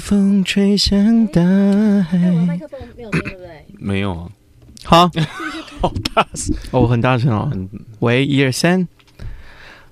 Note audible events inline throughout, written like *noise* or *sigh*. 风吹向大哎，我的海麦。克风没有声，对不对？没有啊，好， *laughs* 好大声，哦，很大声哦。嗯喂，一二三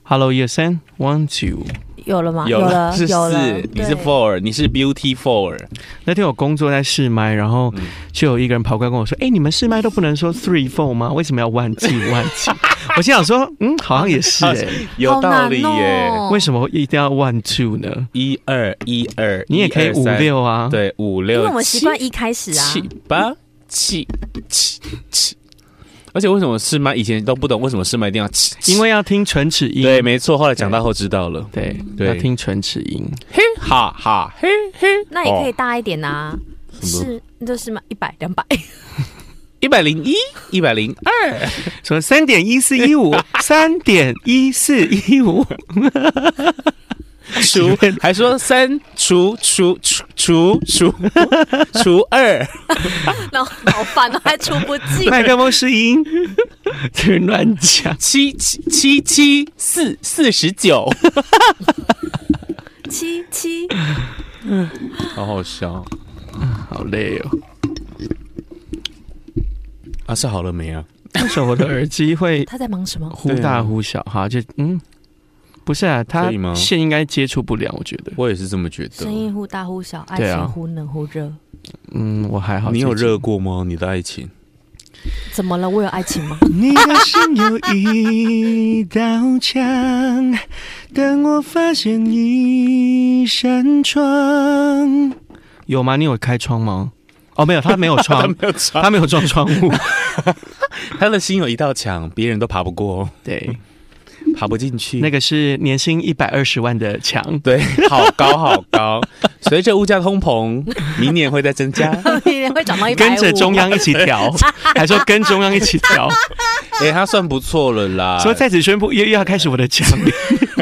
，Hello，一二三，One Two。有了吗？了了，是有了四，。你是对 four，你是 beautiful，那天我工作在试麦，然后嗯就有一个人跑过来跟我说：“哎、你们试麦都不能说 three four 吗？为什么要 one two one two？” *laughs* 我心想说：“嗯，好像也 *laughs* 是哎、有道理耶。好难哦为什么一定要 one two 呢？一二一二，你也可以一二五三，六啊。” *laughs* 对，五因六，为我们习七惯一开始啊七，八七七七，而且为什么试麦以前都不懂为什么试麦一定要七，因为要听唇齿音。对，没错，后来长大后知道了，对对要听唇齿音。嘿哈哈嘿，那也可以大一点呐。么是，就是嘛，一百、两 *laughs* 百，一百零一一百零二，什么三点一四 *laughs* 一五，三点一四一五，除还说三除除除除除除二，然后好烦哦，还出不 *laughs* 进。麦克风试 *laughs* 音，这乱讲。七七七七四四十九，七七，好好笑 *laughs* 好累哦。啊！是好了没啊？为什么我的耳机会他在忙什么？忽大忽小？哈，就嗯，不是啊，它可以吗线应该接触不了，我觉得。我也是这么觉得声。音忽大忽小，爱对啊情忽冷忽热。嗯，我还好。你有最近热？过吗？你的爱情？怎么了？我有爱情 *laughs* 吗？你的心有一道墙，但我发现一扇窗。有吗？你有开窗吗？哦，没有， *laughs* 他没有 *laughs* 他窗，没有穿，他没有装窗户。他的心有一道墙，别人都爬不过，对，爬不进去。那个是年薪一百二十万的墙。对，好高好高。随着物价通膨，明年会再增 *laughs* 加。明年会涨到一百跟着中央一起调，还说跟中央一起调，哎、他算不错了啦，说在此宣布又又要开始我的墙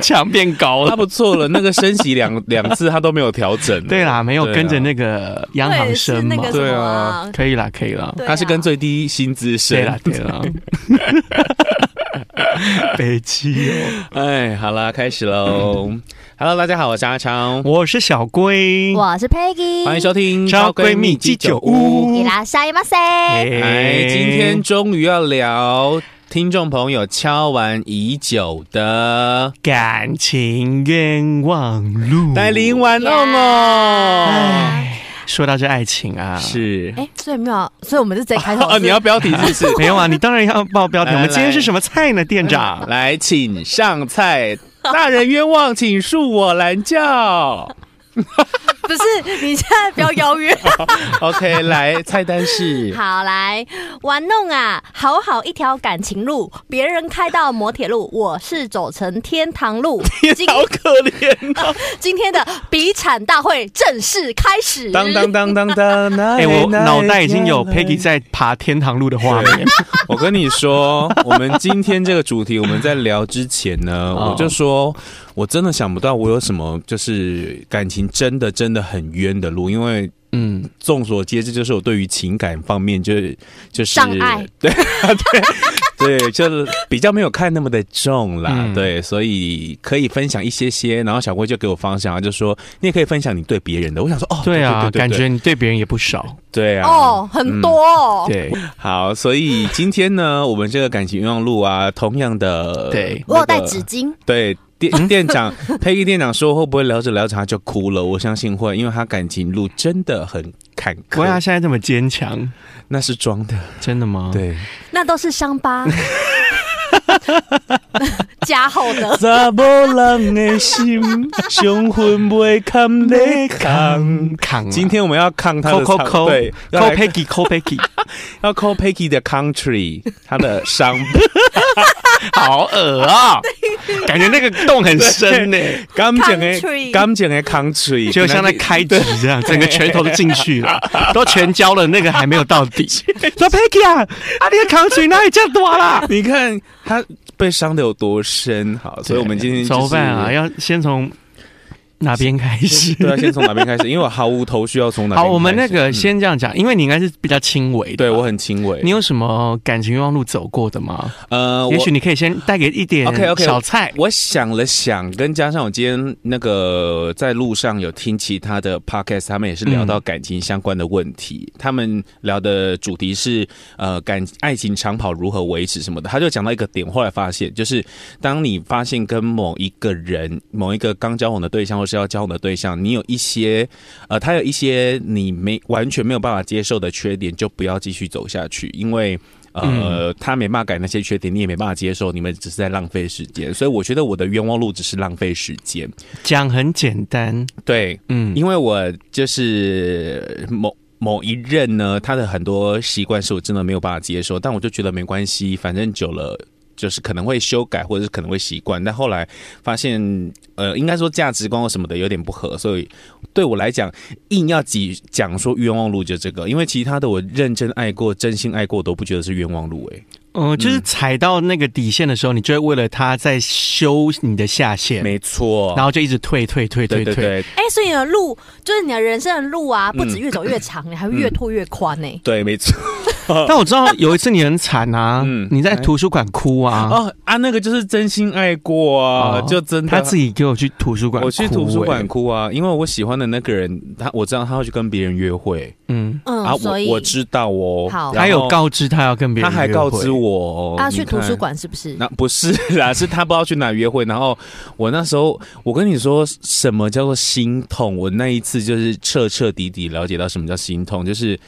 墙变高他了。不错了。那个升息两两次，他都没有调整。对啦，没有对啊跟着那个央行升嘛那，个什么啊？可以啦，可以啦，对啊他是跟最低薪资对升。啦，对 *laughs* 啦。北极哦，哎，好啦，开始喽。Hello，大家好，我是阿超，我是小龟，啊我是 Peggy，欢迎收听《超闺蜜鸡酒伊屋。拉沙伊马塞。哎，今天终于要聊听众朋友敲完已久的感情愿望录，来林玩弄哦，哎，说到这爱情啊，是哎，所以没有，所以我们是直接开头哦，是。你要标题是不是？ *laughs* 没有啊？你当然要报标题。来我们今天来是什么菜呢，店长？来，请上菜。大人冤枉，请恕我拦轿。不是，你现在不要邀约。 OK，来， *laughs* 菜单是好来玩弄啊，好好一条感情路，别人开到摩铁路，我是走成天堂 *laughs* 路。今好可怜哦。今天的比惨大会正式开始。当当当当当， *laughs* 哎哎、我脑袋已经有 Peggy。在爬天堂路的画面。 *laughs* 我跟你说，我们今天这个主题，我们在聊之前呢，哦我就说，我真的想不到我有什么就是感情真的真的很冤的路，因为嗯，众所皆知，就是我对于情感方面就是就是障碍， *laughs* 对对对，就是比较没有看那么的重啦，嗯对，所以可以分享一些些。然后小郭就给我方向，他就说你也可以分享你对别人的。我想说哦，对啊，对对对感对觉你对别人也不少。对啊，哦，很多嗯哦。对，好，所以今天呢，我们这个感情冤枉路啊，同样的，对我有带纸，巾，对。 *laughs* 店店长佩奇店长说，会不会聊着聊着他就哭了？我相信会，因为他感情路真的很坎不过他坷，现在这么坚强，那是装的。真的吗？， *laughs* 对，那都是伤 *laughs* 疤，加厚 *laughs* 的。查某人的心，伤痕未堪勒扛。扛、啊。今天我们要抗他扣的扣唱扣，对，要扣来 Peggy 扣 Peggy， *laughs* 要扣 Peggy 的 Country，他的伤好恶啊、感觉那个洞很深呢、感情的 Country 感情的 Country，就像在开局这样，整个拳头都进去了，都全交了，那个还没有到底。说 Peggy 啊，啊你的扛水哪里这样多啦？ *laughs* 你看他被伤的有多深，好，所以我们今天怎么办啊？就是要先从哪边开始？对啊，先从哪边开始？因为我毫无头绪要从哪边开好，始。我们那个嗯先这样讲，因为你应该是比较轻微的。对我很轻微。你有什么感情欲望路走过的吗？呃，我也许你可以先带给一点 OK，OK，小菜。我想了想，跟加上我今天那个在路上有听其他的 podcast，他们也是聊到感情相关的问题。他们聊的主题是呃感爱情长跑如何维持什么的。他就讲到一个点，后来发现就是当你发现跟某一个人、某一个刚交往的对象或是要交往的对象，你有一些呃，他有一些你没完全没有办法接受的缺点，就不要继续走下去，因为。呃，他没办法改那些缺点，你也没办法接受，你们只是在浪费时间。所以我觉得我的冤枉路只是浪费时间。讲很简单，对，嗯，因为我就是某某一任呢，他的很多习惯是我真的没有办法接受，但我就觉得没关系，反正久了。就是可能会修改，或者是可能会习惯，但后来发现，呃，应该说价值观或什么的有点不合，所以对我来讲，硬要挤讲说冤枉路就这个，因为其他的我认真爱过、真心爱过，我都不觉得是冤枉路、欸。呃，就是踩到那个底线的时候，你就会为了他在修你的下限，哎没错，然后就一直退退退退对对退。对哎、所以你的路就是你的人生的路啊，不止嗯越走越长，你还会越拓越宽欸呢、对，没错。但我知道有一次你很惨啊，哦嗯你在图书馆哭啊，哦啊，那个就是真心爱过啊，哦就真的他自己给我去图书馆，欸我去图书馆，哭啊，因为我喜欢的那个人，他我知道他会去跟别人约会、嗯，嗯，啊，所以我我知道哦。好然他后有，告知他要跟别他人，还告知，我哦啊，去你看图书馆是不是？那不是啦， *laughs* 是他不知道去哪约会。然后我那时候，我跟你说什么叫做心痛？我那一次就是彻彻底底了解到什么叫心痛，就是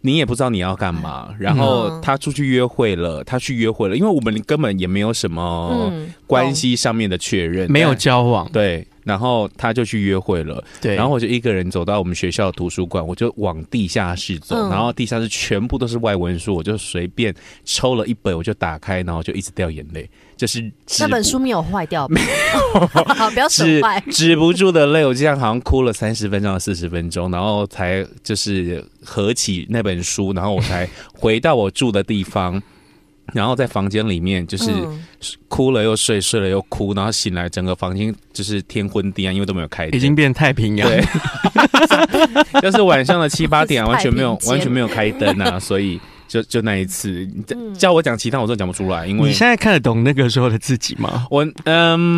你也不知道你要干嘛。然后嗯他出去约会了，他去约会了，因为我们根本也没有什么嗯，呃关系上面的确认，哦没有但交往，对。然后他就去约会了，对，然后我就一个人走到我们学校的图书馆，我就往地下室走，嗯然后地下室全部都是外文书，我就随便抽了一本，我就打开，然后就一直掉眼泪，就是止那本不书没有坏掉吧，好， *laughs* 不要扯止坏。止不住的泪，我就这样好像哭了三十分钟、四十分钟，然后才就是合起那本书，然后 *laughs* 我才回到我住的地方。然后在房间里面就是嗯哭了又睡，睡了又哭，然后醒来整个房间就是天昏地暗，因为都没有开灯，已经变太 *laughs* 平洋，对 *laughs* 就是晚上的七八点啊，完全没有太平间完全没有开灯啊，所以就就那一次，你再嗯叫我讲其他我真的讲不出来，因你为现在看得懂那个时候的自己吗？我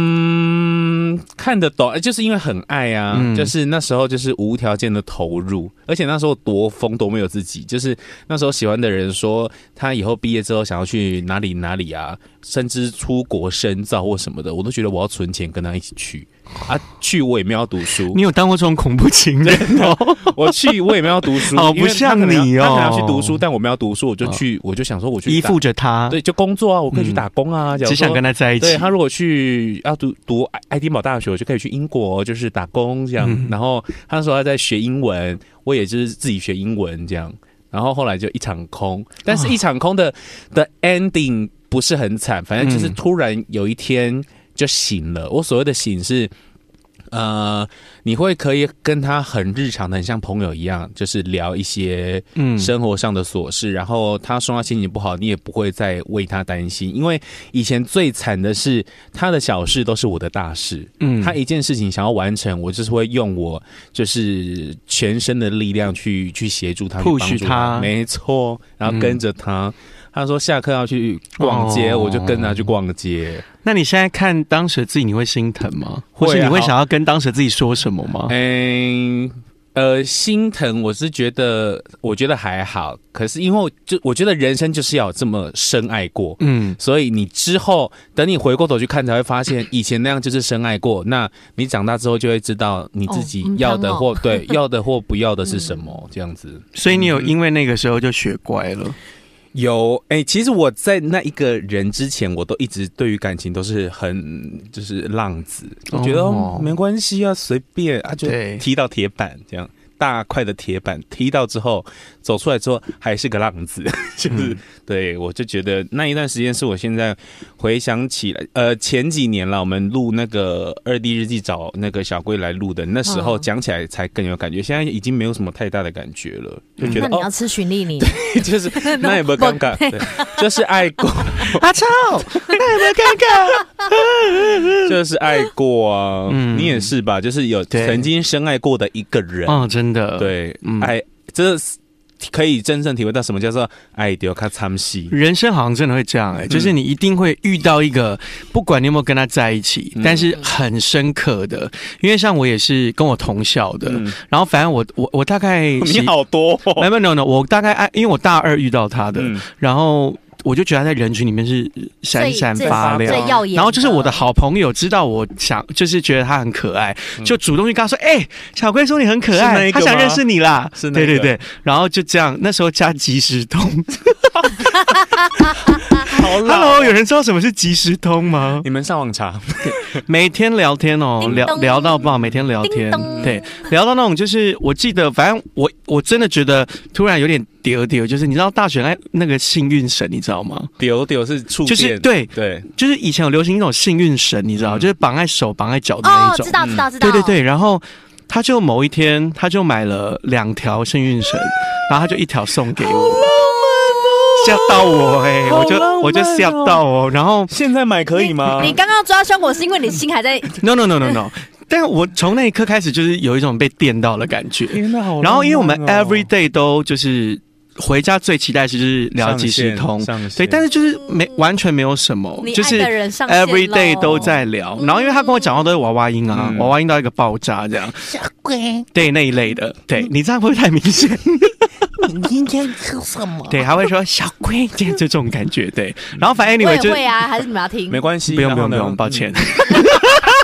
嗯看得懂，就是因为很爱啊，嗯就是那时候就是无条件的投入，而且那时候多疯多没有自己，就是那时候喜欢的人说他以后毕业之后想要去哪里哪里啊，甚至出国深造或什么的，我都觉得我要存钱跟他一起去啊，去我也没有要读书，你有当过这种恐怖情人哦？我去，我也没有要读书，好因为不像他可能你哦要他可能要去读书，但我没有要读书，我就去，我就想说我去依打附着他，嗯对，就工作啊，我可以去打工啊，假如只想说跟他在一对起。他如果去要读读爱爱丁堡大学，我就可以去英国，就是打工这样。嗯然后他说他在学英文，我也就是自己学英文这样。然后后来就一场空，但是一场空的、的 ending 不是很惨，反正就是嗯突然有一天就醒了。我所谓的醒是。呃，你会可以跟他很日常的，很像朋友一样，就是聊一些嗯生活上的琐事，然后他说他心情不好，你也不会再为他担心，因为以前最惨的是他的小事都是我的大事，嗯他一件事情想要完成，我就是会用我就是全身的力量去去协助他，去 Push 帮助他嗯没错，然后跟着他。他说下课要去逛街，哦我就跟他去逛街。那你现在看当时的自己，你会心疼吗？或是会啊你会想要跟当时的自己说什么吗？嗯，呃，心疼我是觉得，我觉得还好，可是因为我就我觉得人生就是要有这么深爱过，嗯，所以你之后等你回过头去看，才会发现以前那样就是深爱过。那你长大之后就会知道你自己哦嗯要的汤哦或、对要的或不要的是什么，这样子。所以你有因为那个时候就学乖了。有哎、其实我在那一个人之前，我都一直对于感情都是很就是浪子，我觉得、哦哦没关系啊，随便啊，就对踢到铁板这样。大块的铁板踢到之后，走出来之后还是个浪子， *laughs* 就是、嗯对我就觉得那一段时间是我现在回想起来，呃，前几年了，我们录那个二 D 日记找那个小龟来录的，那时候嗯讲起来才更有感觉，现在已经没有什么太大的感觉了，就觉嗯那得、你要吃寻丽你，哦， *laughs* 就是那也不尴尬，对，就是爱过，阿超，那有没有尴尬？ *laughs* 就是爱过啊，嗯你也是吧？就是有对曾经深爱过的一个人，哦，真的，，对，嗯爱这是可以真正体会到什么叫做爱哦丢卡参戏。人生好像真的会这样哎、嗯就是你一定会遇到一个，不管你有没有跟他在一起，嗯但是很深刻的。因为像我也是跟我同校的，嗯， *laughs* 然后反正我我我大概喜你，好多、哦，没没有没有，我大概爱，因为我大二遇到他的，嗯，然后我就觉得他在人群里面是闪闪最发亮最。最耀眼。然后就是我的，好朋友知道我想，就是觉得他很可爱，就主动去跟他说：“哎、小龟说你很可嗯是那爱，一他个吗想认识你啦。”是那对一个对对，然后就这样，那时候加即时通。好老哦 Hello，有人知道什么是即时通 *laughs* 吗？你们上网查，每天聊天哦，叮聊咚聊到爆，每天聊叮天咚，对，聊到那种就是，我记得，反正我我真的觉得突然有点丢丢，就是你知道大学那那个幸运神，你知道吗？丢丢是触电，就是对，对，就是以前有流行一种幸运神，你知道，嗯就是绑在手、绑在脚的那哦一，种知，道知道知道，嗯对对对，然后。他就某一天，他就买了两条幸运绳，然后他就一条送给我，吓到我哎、哦好我就浪我就漫吓哦到我，然后现在买可以吗？你刚刚抓伤我是因为你心还 *laughs* 在 No no no no no，但我从那一刻开始就是有一种被电到的感觉。天哪，好浪漫哦然后因为我们 every day 都就是回家最期待的就是聊即时通，上线上线对，但是就是没完全没有什么你，就爱是的人上线 every day 咯嗯都在聊。然后因为他跟我讲话都是娃娃音啊，嗯娃娃音到一个爆炸这样，对那一类的，对你这样会不会太明显？你今天吃什么？对，还会说小龟这样就这种感觉，对。然后反正我 anyway 也就会啊，还是你们要听？没关系，嗯不用不然后用不呢嗯用，抱歉。嗯 *laughs*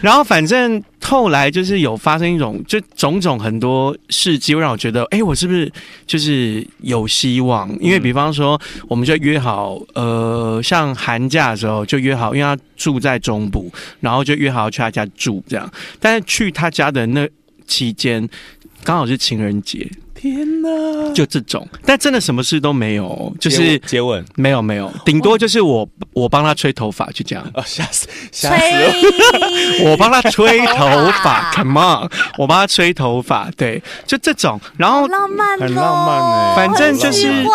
然后反正后来就是有发生一种，就种种很多事迹，会让我觉得，哎、我是不是就是有希望？因为比方说，我们就约好，呃，像寒假的时候就约好，因为他住在中部，然后就约好去他家住这样。但是去他家的那期间，刚好是情人节，天哪，就这种，但真的什么事都没有哦， *laughs* 就是接。吻接吻没有没有，顶多就是我我帮他吹头发，就这样。哦，吓死吓死了，吹，我帮他吹头哇发，Come on，我帮他吹头发，对，就这种，然后好浪漫哦，很浪漫欸反正就是喜欢呢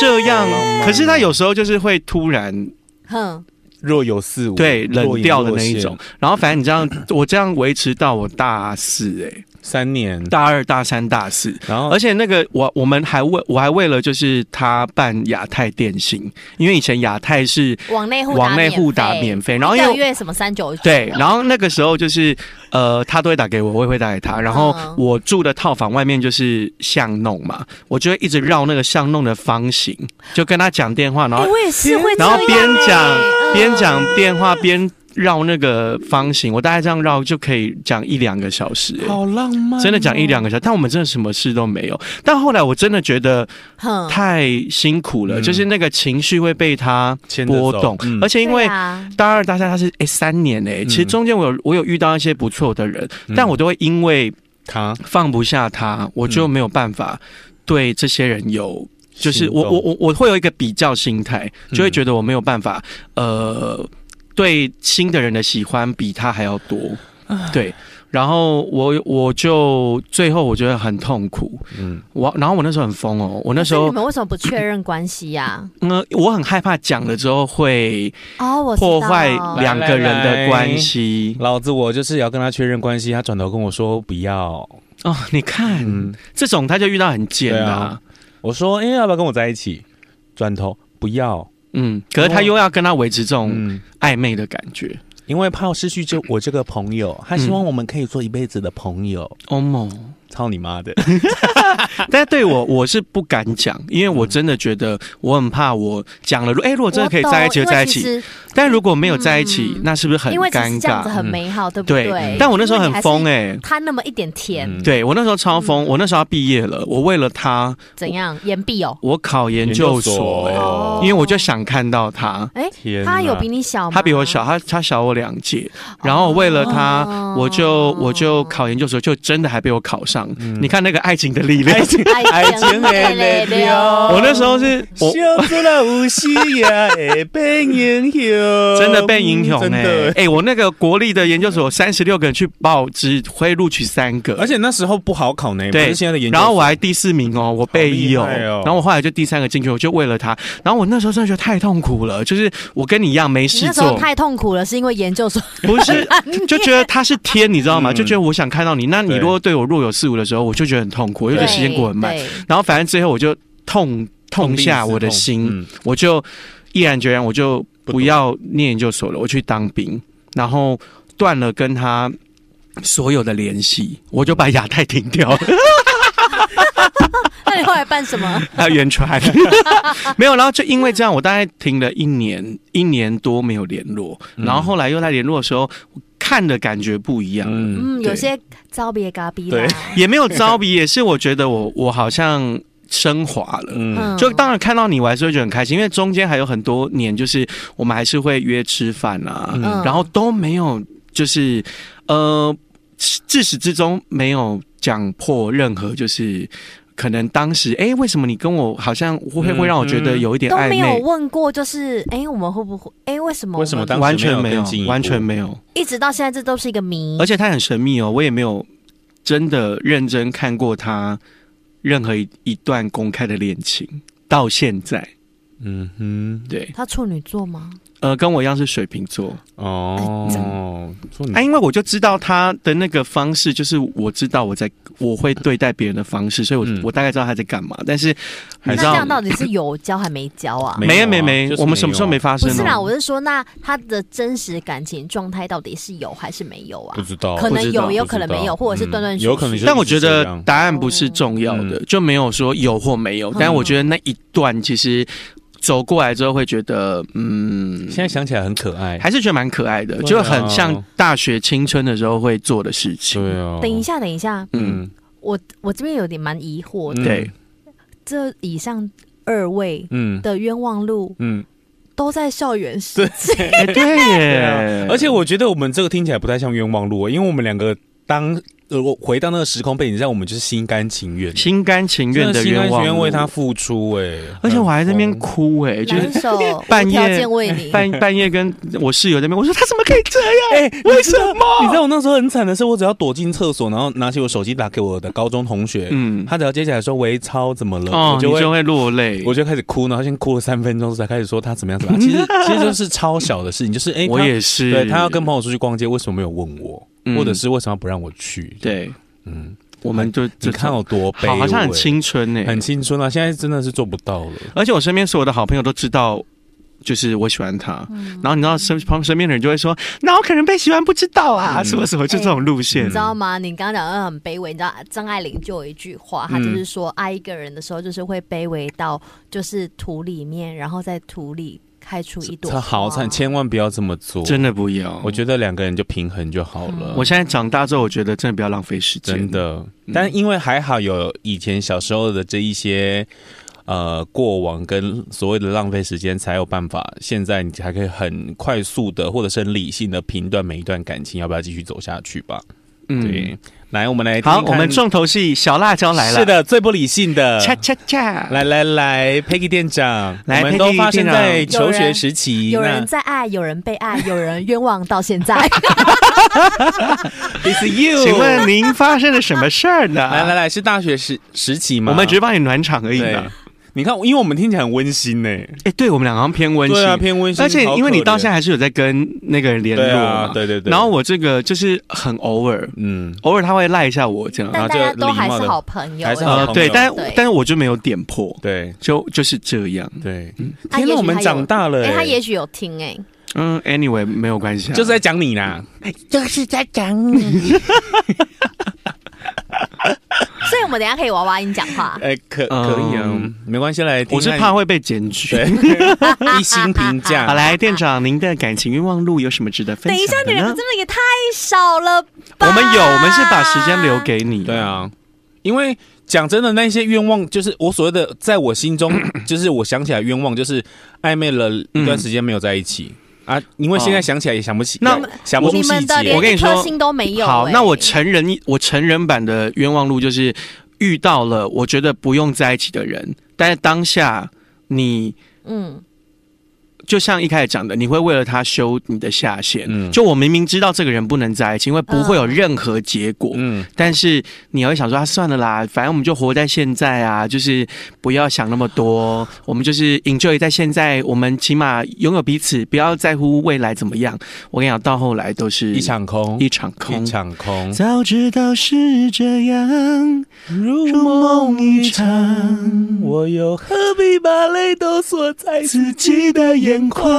这样好浪，漫可是他有时候就是会突然哼，若有似无，对若冷隐掉的若那一现种，，然后反正你这样，我这样维持到我大四、欸，三年，大二、大三、大四。然后而且那个我我们还为我还为了就是他办亚太电信，因为以前亚太是往内户往内互打免费，然后一因个为月什么三 *laughs* 九九，哎对，然后那个时候就是，呃，他都会打给我，我也会打给他。然后嗯我住的套房外面就是巷弄嘛，我就会一直绕那个巷弄的方形，就跟他讲电话，然哎后我也是会这然样后欸，边讲嗯边讲电话边绕那个方形，我大概这样绕就可以讲一两个小时、哎好浪漫哦，真的讲一两个小时，但我们真的什么事都没有。但后来我真的觉得哼，太辛苦了，嗯就是那个情绪会被他牵着波走动，嗯而且因为对啊大二、大三他是哎、诶三年哎、其实嗯中间我有我有遇到一些不错的人，嗯但我都会因为他放不下他，我就没有办法对这些人有。就是行动嗯我我我我会有一个比较心态，就会觉得我没有办法，呃，对新的人的喜欢比他还要多，对。然后我我就最后我觉得很痛苦，嗯我然后我那时候很疯哦，我那时所以候你们为什么不确认关系呀？嗯，我很害怕讲了之后会哦，我知道破坏两个人的关系老子我就是要跟他确认关系，他转头跟我说不要，哦。你看、嗯，这种他就遇到很贱的、啊我说哎、要不要跟我在一起？转头不要，嗯，可是他又要跟他维持这种嗯，暧昧的感觉。因为怕我失去这我这个朋友，他希望嗯我们可以做一辈子的朋友。欧某，操你妈的！但对我，我是不敢讲，因为我真的觉得我很怕，我讲了，如哎，如果真的可以在一起就在一起，，但如果没有在一起，嗯那是不是很因为其尴实这样子尬？嗯很美好，对不对，但我那时候很疯哎、他那么一点甜，嗯，对我那时候超疯，我那时候要毕业了，我为了他，怎样？岩壁哦，我考研究所、研究哎，哦因为我就想看到他。哎，天哪，他有比你小吗？他比我小，，他他小我两届，然后我为了他，哦我就我就考研究所，就真的还被我考上。嗯你看那个爱情的力量，爱情累累流。我那时候是我哦笑出了有时也会变英雄，真的被英雄真哎、的哎、我那个国立的研究所三十六个人去报，只会录取三个，而且那时候不好考呢，不对是现在的研究所。然后我还第四名哦，我被一哦好厉害哦然后我后来就第三个进去，我就为了他，然后我那时候真的觉得太痛苦了，就是我跟你一样没你事那时候做，太痛苦了，是因为研究所不是就觉得他是天，你知道吗？嗯就觉得我想看到你，那你对如果对我若有似无的时候，我就觉得很痛苦，我就觉得时间过很慢，，然后反正最后我就痛痛下我的心，嗯我就毅然决然，我就不不要念研究所了，我去当兵，然后断了跟他所有的联系，我就把亚太停掉了，那你后来办什 *laughs* 么？还有原传没有，然后就因为这样，我大概停了一年，一年多没有联络，嗯然后后来又来联络的时候，看的感觉不一样，嗯，嗯，有些招别嘎逼啦对， *laughs* 也没有招比，也是我觉得我我好像升华了。嗯，就当然看到你，我还是会觉得很开心，因为中间还有很多年，就是我们还是会约吃饭啊，嗯然后都没有，就是呃，自始至终没有讲破任何，就是可能当时哎、诶为什么你跟我好像会嗯会让我觉得嗯有一点都暧没有昧？问过，就是哎，我们会不会？哎，为什么？为什么当时完全没没有有更进一，步完全没有，一直到现在这都是一个谜嗯而？且他很神秘哦，我也没有真的认真看过他任何一一段公开的恋情，到现在，嗯哼，对，他处女座吗？呃，跟我一样是水瓶座，哎哦，做你哎、因为我就知道他的那个方式，就是我知道我在我会对待别人的方式，所以我、嗯我大概知道他在干嘛。但是还你那知这道样，到底是有交还没交啊？没没有啊没没就，是我们什么时候没有没发不生、哦？是啦，啊我是说，那他的真实感情状态到底是有还是没有不啊？知道，可能不知道嗯有，也有可能没有，不或知者是道断断续续。有可能就是但我觉这得样答案不是重要的，嗯就没有说有或没有。但嗯我觉得那一段其实走过来之后，会觉得嗯，现在想起来很可爱，还是觉得蛮可爱的，哎对啊就很像大学青春的时候会做的事情。对哦，等一，下，等一下，嗯，我我这边有点蛮疑惑的，嗯对，这以上二位嗯的冤枉路嗯，都在校园时 *laughs* 期，哎对对耶啊，，而且我觉得我们这个听起来不太像冤枉路，因为我们两个当呃我回到那个时空背景下，我们就是心甘情愿，心甘情真愿的的心甘愿情望，愿为他付出，哎，而且我还在那边很疯，哭哎、就是两手无半夜条件为你。 *laughs* 半半夜跟我室友在那边，我说他怎么可以这样？哎，为什么？你知道我那时候很惨的是，我只要躲进厕所，然后拿起我手机打给我的高中同学，嗯，他只要接起来说“喂，超怎么了”，哦，我你就会就会落泪。我就开始哭，然后先哭了三分钟，才开始说他怎么样怎 *laughs* 么样。其实其实就是超小的事情，就是哎，我他也是，对他要跟朋友出去逛街，为什么没有问我，嗯或者是为什么不让我去？，对，嗯，我们就你只看我多卑微，好，好像很哎青春呢、很青春啊！现在真的是做不到了。而且我身边所有的好朋友都知道。就是我喜欢他，然后你知道身旁身边的人就会说，那我可能被喜欢不知道啊，嗯什么什么就这种路线你知，道吗？你刚刚讲的很卑微，你知道张爱玲就有一句话，她就是说，爱一个人的时候，就是会卑微到就是土里面，然后在土里开出一朵他花。好惨，千万不要这么做。真的不嗯要。嗯我我觉得两个人就平衡就好了。我现在长大之后，我觉得真的不要浪费时间，真的，嗯但因为还好有以前小时候的这一些呃过往跟所谓的浪费时间，才有办法现在你才可以很快速的或者是很理性的评断每一段感情要不要继续走下去吧。对，来我们来听嗯好，听我看们重头戏小辣椒来了，是，的，最不理性的。恰恰恰，来来来，Peggy 店长，来我们都 Peggy 发生店长在求有学人时期，有那人在爱，有人被爱，有人冤枉到 *laughs* 现在。 It's you，请问您发生了什么事儿呢？来来来，是大学时时期吗？我们只是帮你暖场而已对嘛。，你看，因为我们听起来很温馨呢，哎、对我们两个好像偏温馨，对啊，偏温馨，而且因为你到现在。在还是有在跟那个人联络对嘛，啊，对对对。然后我这个就是很偶尔，嗯，偶尔他会赖一下我这样，但后大就家都还礼貌是地好朋友，还是好呃，朋友对，但对但是我就没有点破，对就就是这样。对。啊也天哪，许我们他有长大了哎、欸，他也许有听哎、嗯，anyway 没有关系、啊，就是在讲你啦。。就是在讲你。们等一下可以娃娃音讲 *laughs* 话哎，可可以啊嗯，没关系，来听我是看怕会被检举。一星评价。好，来，店长，您的感情愿望录有什么值得分 *laughs* 等一下享，你的人呢真？的也太少了吧？我们有，我们是把时间留。给你。 *laughs* 对，啊，因为讲真的，那些愿望就是我所谓的，在我心 *coughs* 中，就是我想起来愿望，就是暧昧了一段时间没有在一起、啊，因为现在想起来也想不起，那想不出你细们的节我。跟连你一说颗心都没有、好，哎那我成人我成人版的冤枉路就是遇到了我觉得不用在一起的人，但是当下你嗯，就像一开始讲的，你会为了他修你的下限。嗯就我明明知道这个人不能在一起，因为不会有任何结果。嗯，但是你会想说啊，算了啦，反正我们就活在现在啊，就是不要想那么多，我们就是 enjoy 在现在，我们起码拥有彼此，不要在乎未来怎么样。我跟你讲，到后来都是一场空，一场空一。场空，早知道是这样，如梦一场我又何必把泪都锁在自己的眼眶，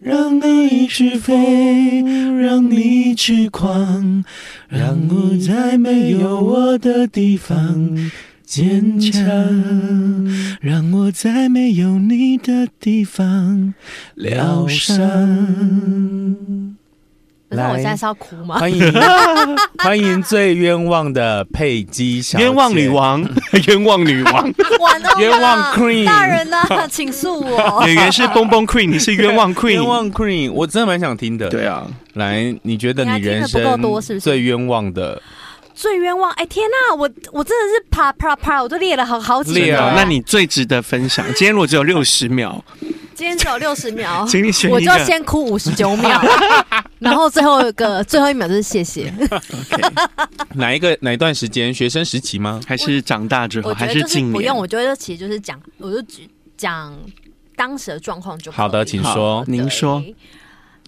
让你去飞，让你去狂，让我在没有我的地方坚强，让我在没有你的地方疗伤。那我来现在是要哭吗？ *laughs* 哎欢迎欢迎最冤枉的佩姬小姐冤枉女，王，冤枉女王， *laughs* 完了，冤枉 Queen 大人呐、请诉我。 *laughs* 演员是蹦蹦 queen，你是冤枉 queen。冤枉 Queen，我真的蛮想听的。对啊，来，你觉得你还你听得人不够生多是不是最冤 *laughs* 枉的？最冤枉，哎、天呐、我我真的是啪啪啪，我都列了好好几列真个的啊那你最值得分享。今天如果只有六十秒，今天只有六十 *laughs* 秒，请你选哦我一就个。先哭五十 *laughs* 九秒，然后最后一个最后一秒就是 *laughs* 谢谢。哪一个哪一段时间？学生时期吗？还是长大之后，我觉还得就是近不年用，？我觉得其实就是讲，我就只讲当时的状况就可以好的请了说对您说。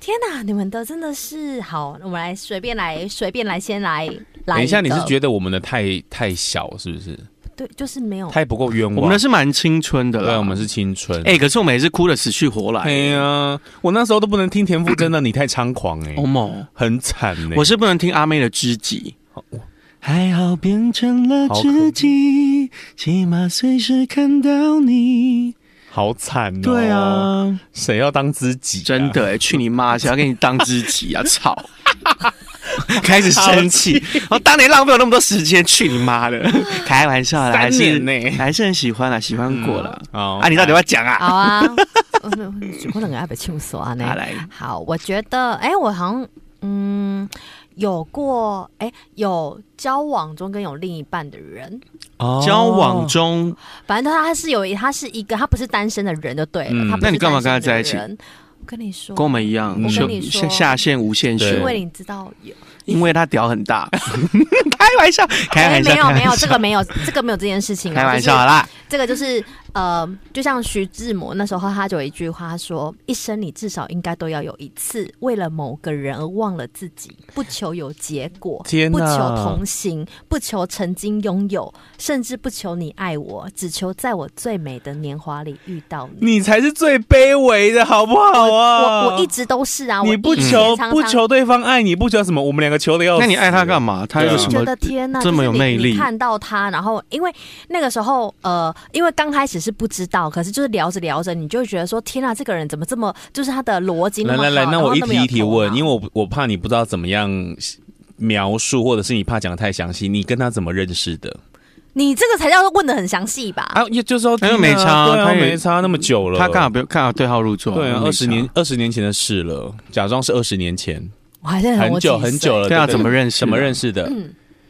天哪，你们的真的是好，我们来随便来随便来先来来。等一下，你是觉得得我们的太太小是不是？对，就是没有太不够冤枉？哦我们的是蛮青春的嗯对，啊啦。我们是青春。哎、可是我们也是哭的死去活哎来。呀，我那时候都不能听田馥甄的，你太猖狂哎、欧某，很惨哎、哦我是不能听阿妹的知己。哦还好变成了好可知己，起码随时看到你。好惨哦、对，啊，谁要当知己、啊真，的、欸，去你妈！谁要跟你当知己啊？ *laughs* 操！开始生气，然后当年浪费我那么多时间，去你妈 *laughs* 的！开玩笑啦，还三是年呢嗯哦还是很喜欢啦，喜欢过了。好啊，你到底要不要讲啊？好 *laughs* 啊，我我两个阿伯清楚啊，啊那来，好，我觉得，哎、我好像，嗯，有过，哎、有交往中跟有另一半的人，哦交往中反正他是有一，他是一个，他不是单身的人就对了，嗯他不是那你干嘛跟他单身的在一起人？我跟你说，跟我们一样，我跟就你说下下线无限对续因，为你知道有，因为他屌很大。 *laughs* 开玩笑，开玩笑，没开有玩哎没有，笑这个没有， *laughs* 这个没有这件事情、啊，开玩就是笑啦。这个就是呃，就像徐志摩那时候，他就有一句话说：“一生你至少应该都要有一次为了某个人而忘了自己，不求有结果，天不求哪同行，不求曾经拥有，甚至不求你爱我，只求在我最美的年华里遇到你。你才是最卑微的，好不好啊？我我一直都是啊，我你不一直求常常不求对方爱你，不求什么，我们两个求的要死。那你爱他干嘛？他对啊有就是什觉么得？天呐，这么有就是你魅力你看到他，然后因为那个时候，呃，因为刚开始是不知道，可是就是聊着聊着，你就会觉得说，天呐，啊这个人怎么这么，就是他的逻辑那来么来来，好那然后我一么题有一题头啊问，脑因为我我怕你不知道怎么样描述，或者是你怕讲得太详细。你跟他怎么认识的你这个才叫问的很详细吧？啊？也就是说，他又没差对啊，他也没差那么久了。他刚好不刚好对号入座，对啊，没二十差年二十年前的事了，假装是二十年前，我还在想很我久几岁很久了。对啊，怎么认认识？怎么认？识的？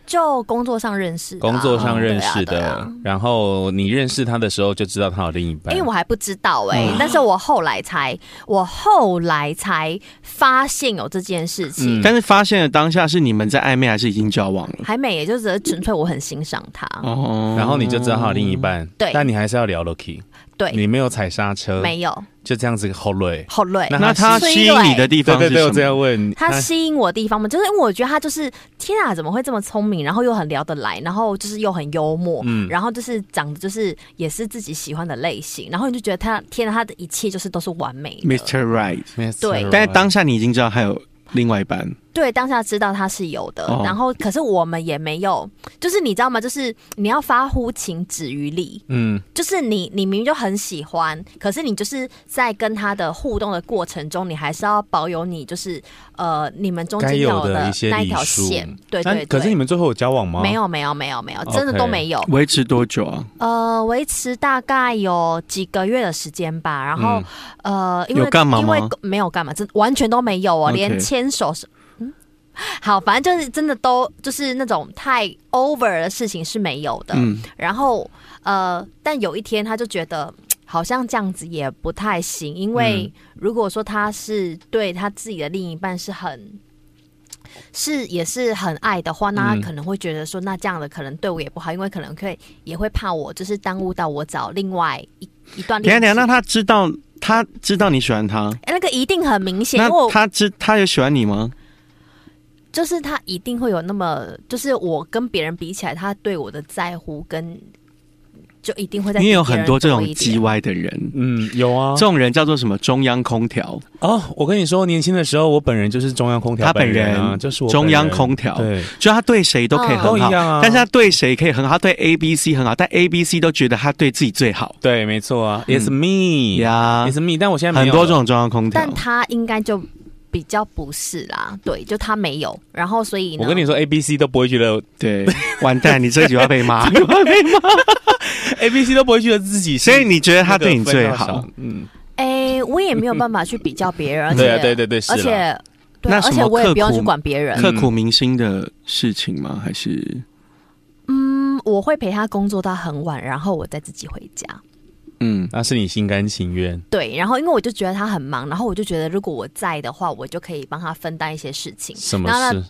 就工作上认识的嗯啊、工作上认识对啊对的啊，然后你认识他的时候就知道他有另一半。因为我还不知道嗯哎、但是我后来才，我后来才发现有这件事情，嗯但是发现的当下是你们在暧昧还是已经交往了？还美，也就只是纯粹我很欣赏他，哦然后你就知道他有另一半，嗯对但你还是要聊 Lucky，对，你没有踩刹车，没有就这样子后累。后累。那那他吸引你的地对方对是对，我什这么？样问他吸引我的地方嘛，就是因为我觉得他就是天啊，怎么会这么聪明，然后又很聊得来，然后就是又很幽默，嗯然后就是长得就是也是自己喜欢的类型，然后你就觉得他天啊，他的一切就是都是完美的。 Mr. Right， Mr. 对但是当下你已经知道还有另外一半，对当下知道他是有的，哦然后可是我们也没有，就是你知道吗？就是你要发乎情止于理，嗯，就是你你明明就很喜欢，可是你就是在跟他的互动的过程中，你还是要保有你就是呃你们中该间有要的一些那一礼条数线，。对那对对。可是你们最后有交往吗？没。有没有没有没有，真的 OK 都没有。维持多久啊？呃，维持大概有几个月的时间吧，然后、嗯呃，因为有干嘛因吗为没有干嘛，真完全都没有哦 OK 连牵手是。嗯好，反正就是真的都就是那种太 over 的事情是没有的。嗯，然后呃，但有一天他就觉得好像这样子也不太行，因为嗯如果说他是对他自己的另一半是很。是也是很爱的话，那嗯他可能会觉得说，那这样的可能对我也不好，因为可能会也会怕我就是耽误到我找另外一一段等一下恋情。等一下，那他知道他知道你喜欢他，哎那个一定很明显，因那为我他知他有喜欢你吗？就是他一定会有那么，就是我跟别人比起来，他对我的在乎跟就一定会在你也有很多这种机叽歪的人，嗯，有啊这。种人叫做什么中央空调？哦，我跟你说，年轻的时候，我本人就是中央空调，他本本人啊，就是我中央本人空调对，就他对谁都可以嗯很都一好，样啊但是他对谁可以很好，他对 A、B、C 很好，但 A、B、C 都觉得他对自己最好对，没错啊，It's 呀 me，It's me。但我现在嗯没很有多了种中央空调但，他应该就比较不是啦，对，就他没有，然后所以呢我跟你说，A、B、C 都不会 *laughs* 觉得 *laughs* 对，完蛋，你这句要被骂，你会被骂 *laughs* ，A、B、C 都不会觉得自己是 *laughs* 所以你觉得那个他对你分最量好少？，嗯，哎、我也没有办法去比较别人， *laughs* 而且对啊，对对对，是而啦且对那啊，什而么且我也刻不用苦去管别人嗯，刻骨铭心的事情吗？还是嗯，我会陪他工作到很晚，然后我再自己回家。嗯那是你心甘情愿。对，然后因为我就觉得他很忙，然后我就觉得如果我在的话，我就可以帮他分担一些事情，什么那事？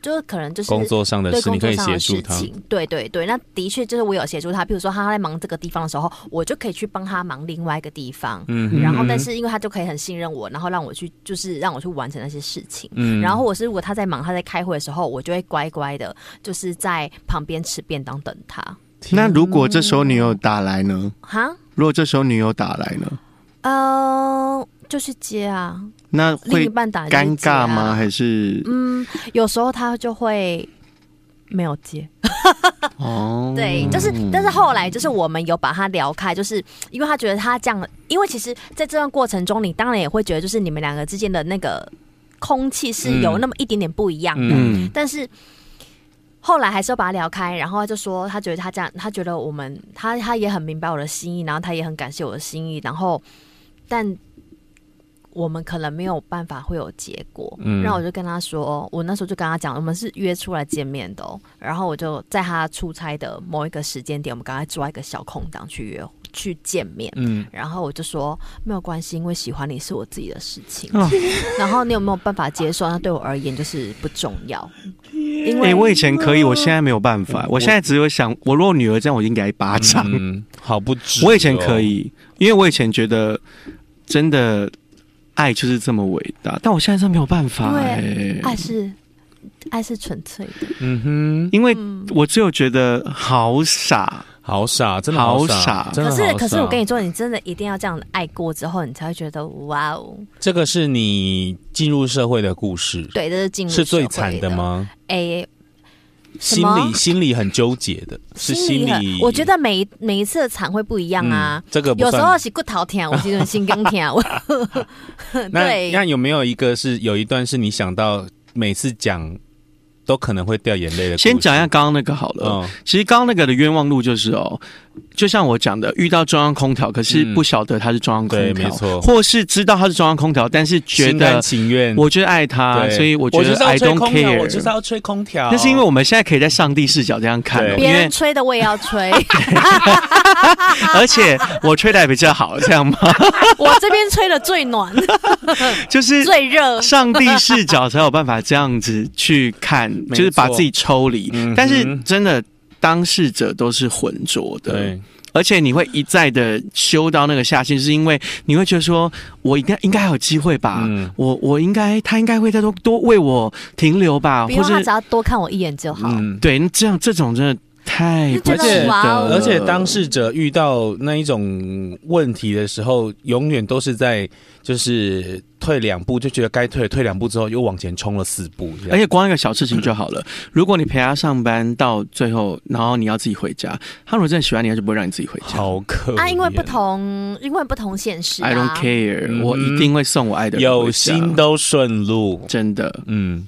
就是可能就是工作上的对事，工你可作以上协的助事他。情，对对对，那的确就是我有协助他，比如说他在忙这个地方的时候，我就可以去帮他忙另外一个地方，嗯然后但是因为他就可以很信任我，然后让我去就是让我去完成那些事情。嗯然后我是如果他在忙，他在开会的时候，我就会乖乖的，就是在旁边吃便当等他。那如果这时候女友打来呢？哈，如果这时候女友打来呢？呃，就去接啊，那另一会半打来就去尴接尬啊吗？？还是嗯，有时候他就会没有接。哦，对，就是，但是后来就是我们有把他聊开，就是因为他觉得他这样，因为其实在这段过程中，你当然也会觉得，就是你们两个之间的那个空气是有嗯那么一点点不一样的，嗯但是。后来还是要把他聊开，然后他就说他觉得他这样，他觉得我们他他也很明白我的心意，然后他也很感谢我的心意，然后但我们可能没有办法会有结果。嗯然后我就跟他说，我那时候就跟他讲，我们是约出来见面的、哦。然后我就在他出差的某一个时间点，我们刚才抓一个小空档去约去见面。嗯，然后我就说没有关系，因为喜欢你是我自己的事情。哦然后你有没有办法接受？那对我而言就是不重要，因哎、为、我以前可以，我现在没有办法。我我现在只有想，我如果女儿这样，我应该一巴掌。 *laughs* 嗯，好不值。我以前可，以，因为我以前觉得真的爱就是这么伟大，但我现在真没有办法、对欸。爱是爱是纯粹的。嗯因为嗯，我只有觉得好傻，哼，好傻，真的好傻傻，真可的是好可是我傻跟你说，你真的一定要这样爱过之后，你才会觉得哇哦，这个是你进入社会的故事，对，这是进入是最社会惨的的？吗？哎、什心么里心里很纠结的，是心很里。我觉得每一每一次的惨会不一样啊。嗯这个不有时算候是骨头疼，有时候是心更疼。 *laughs* 我那对那有没有一个是有一段是你想到每次讲都可能会掉眼泪的故事？先讲一下呃刚刚那个好了。嗯，其实刚刚那个的冤枉路就是哦，就像我讲的，遇到中央空调，可是嗯不晓得它是中央空对调，没错或是知道它是中央空调，但是觉心甘得情愿。我觉得爱它，对啊所以我觉就得是要 I 吹 don't 空调，我就是 care。要吹空调。那是因为我们现在可以在上帝视角这样看哦，对因别为人吹的我也要 *laughs* 吹，而且我吹的还比较好，这样吗？ *laughs* 我这边吹的最 *laughs* 暖就是最热。上帝视角才有办法这样子去看， *laughs* 没错就是把自己抽离嗯哼。但是真的。当事者都是浑浊的，对，而且你会一再的修到那个下限，是因为你会觉得说，我应该应该还有机会吧，嗯我我应该他应该会再多多为我停留吧，不或用他是只要多看我一眼就好。啊嗯，对，这样这种真的太就不觉而且值得哇得，哦呃而且当事者遇到那一种问题的时候，永远都是在就是退两步，就觉得该退了，退两步之后又往前冲了四步这样。而且光一个小事情就好了。如果你陪他上班到最后，然后你要自己回家，他如果真的喜欢你，他就不会让你自己回家。好可啊，因为怜不同，因为不同现实、啊。 I don't care，、嗯我一定会送我爱的人回家有心，都顺路，真的。嗯，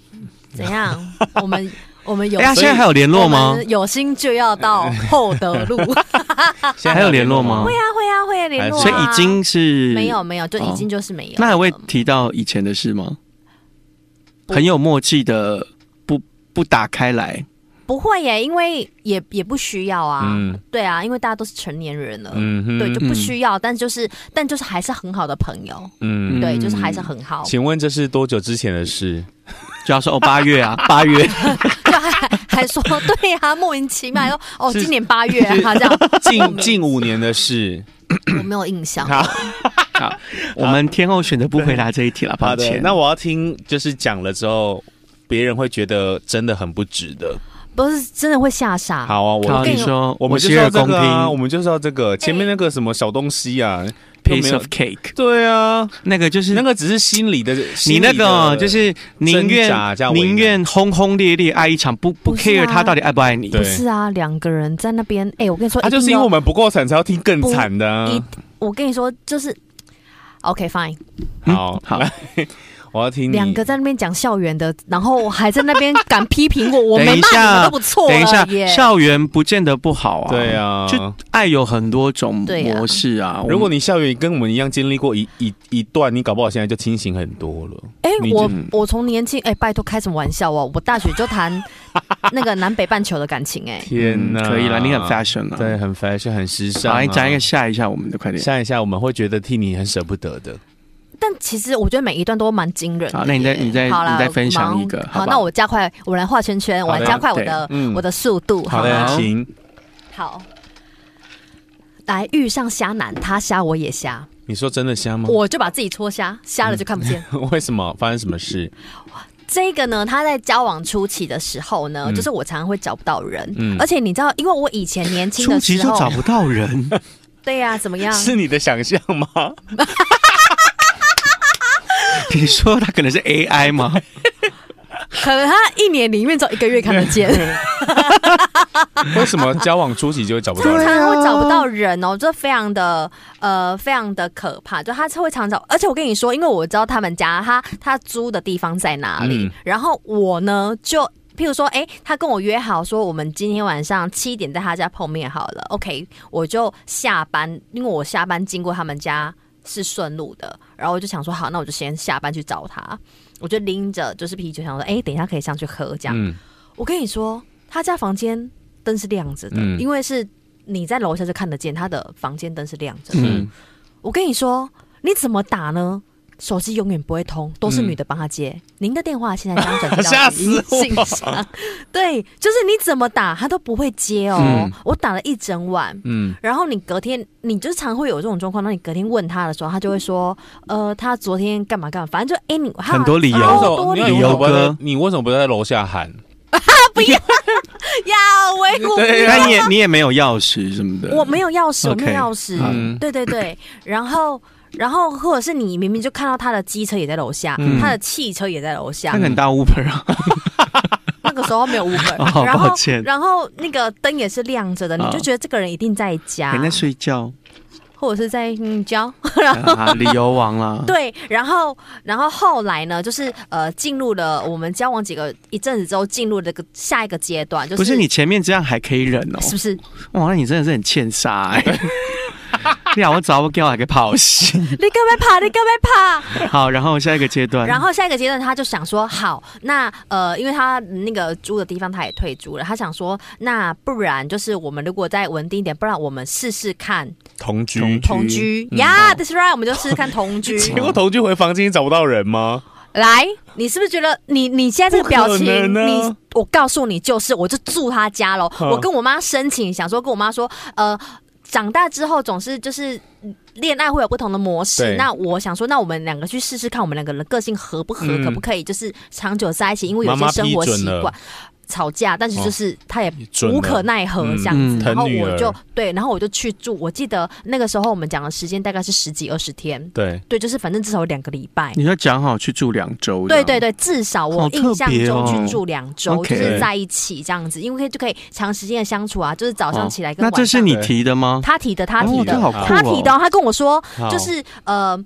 怎样？我们我 *laughs* 们有哎呀，现在还有联络吗？？有心就要到厚德 *laughs* 路。会现在还有联络吗会啊，啊会啊会啊，联络、啊。所以已经是没有没有，就哦已经就是没有了。那还会提到以前的事吗？不很有默契的，不不打开来，不会耶，因为也也不需要啊。嗯对啊，因为大家都是成年人了。嗯哼，啊对，就嗯不需要，但就是，但就是还是很好的朋友，嗯。对，就是还是很好，请问这是多久之前的事？就要说哦，八月啊，八月，就还 *laughs* 还说对啊，莫名其妙，哦，嗯是今年八月啊，这样， *laughs* 近近五年的事。我没有印象，好我们天后选择不回答这一题了，抱好的，歉。那我要听，就是讲了之后，别人会觉得真的很不值得。不是真的会吓傻。好啊，我好，跟你你说，我们就洗是耳要这恭个啊，我听们就是要这哎个前面那个什么小东西啊，都没，piece 有 of cake，对啊，那个就是那个只是心理的，你那个哦心理的就是宁愿挣扎加为难宁愿轰轰烈烈爱一场，不不不是 care 啊他到底爱不爱你。对不是啊，两个人在那边，哎、我跟你说，他就是因为我们不够惨，才要听更惨的一定要啊。一，我跟你说，就是，OK fine，嗯好好，我要听你两个在那边讲校园的，然后还在那边敢批评我，我等没一骂你下们都不错等一下了耶，。校园不见得不好啊。对，啊，就爱有很多种对啊模式啊。我们如果你校园跟我们一样经历过一一一段，你搞不好现在就清醒很多了。嗯哎、你我就我从年轻，哎、拜托开什么玩笑哦，我大学就谈那个南北半球的感情、哎，天哪，嗯可以了，你很 fashion 啊。对，，很 fashion，很时尚好，啊。来讲一个吓一下我们的，快点。下一下，我们会觉得替你很舍不得的。但其实我觉得每一段都蛮惊人的耶。好那你再你再好啦你再分享一个忙好不好好，那我加快，我来画圈圈，我好来的加快我的嗯我的速度，好吗的，请好，来遇上瞎男，他瞎我也瞎，你说真的瞎嗯吗？我就把自己戳瞎，瞎了就看不见。 *laughs* 为什么发生什么事？这个呢，他在交往初期的时候呢，嗯就是我常常会找不到人，嗯而且你知道，因为我以前年轻初的期时就找候，不到 *laughs* 人，对呀、怎么样？是你的想象 *laughs* 吗？你说他可能是 AI 吗？可能他一年里面只有一个月看得见，为什么交往初期就会找不到常人？常会找不到人哦，这非常的呃，非常的可怕。就他会常找，而且我跟你说，因为我知道他们家他他租的地方在哪里，嗯然后我呢就。譬如说，哎、他跟我约好说，我们今天晚上七点在他家碰面好了。OK，我就下班，因为我下班经过他们家是顺路的，然后我就想说，好，那我就先下班去找他。我就拎着就是啤酒，想说，哎、等一下可以上去喝这样。嗯我跟你说，他家房间灯是亮着的，嗯因为是你在楼下就看得见他的房间灯是亮着的。嗯，我跟你说，你怎么打呢？手机永远不会通，都是女的帮他接。嗯您的电话现在将转 *laughs* 接吓到死我信箱。对，就是你怎么打他都不会接哦。嗯我打了一整晚，嗯，然后你隔天，你就是常会有这种状况。那你隔天问他的时候，他就会说，呃，他昨天干嘛干嘛，反正就哎、你他很多理由你为什好多么理你由为什么不理由在哥？你为什么不在楼下喊？呀，维护对啊但你也你也没有钥匙什么的，我没有钥匙，我没 OK，有钥匙。嗯对对对，然后然后或者是你明明就看到他的机车也在楼下，嗯他的汽车也在楼下那，很大 Uber 啊，那个时候没有 Uber，、 *laughs* 哦然后抱歉然后那个灯也是亮着的，你哦哎就觉得这个人一定在家还，在睡 *laughs* 觉，或者是在嗯教。啊，理由王啦， *laughs* 对，然后然后后来呢，就是呃进入了我们交往几个一阵子之后，进入了这个下一个阶段，就是不是你前面这样还可以忍哦， *laughs* 是不是？哇，那你真的是很欠杀哎、 *laughs* *laughs* 你好，我找不给我还个跑戏。你干嘛怕？你干嘛怕？好，然后下一个阶段，然后下一个阶段，他就想说，好，那呃，因为他那个租的地方他也退租了，他想说，那不然就是我们如果再稳定一点，不然我们试试看同居 *laughs* 同居同居呀、t h a t s right，我们就试试看同居。 *laughs* 结果同居回房间找不到人吗？来，你是不是觉得你你现在这个表情，不可能啊你我告诉你就是，我就住他家喽。嗯我跟我妈申请，想说跟我妈说，呃，长大之后总是就是。恋爱会有不同的模式对，那我想说，那我们两个去试试看，我们两个人的个性合不合，嗯可不可以就是长久在一起？因为有些妈妈生批活准习了惯，吵架，但是就是他也你准无了可奈何嗯这样子，嗯然后疼女我儿就对，然后我就去住。我记得那个时候我们讲的时间大概是十几二十天，对，对，就是反正至少有两个礼拜。你要讲好去住两周，对对，对，至少我好特印象别中哦去住两周， OK 就是在一起这样子，因为就可以长时间的相处啊，就是早上起来跟哦那晚上。这是你提的吗？他提的，他提哦的，这好酷哦他提的哦、他跟我说，好就是呃，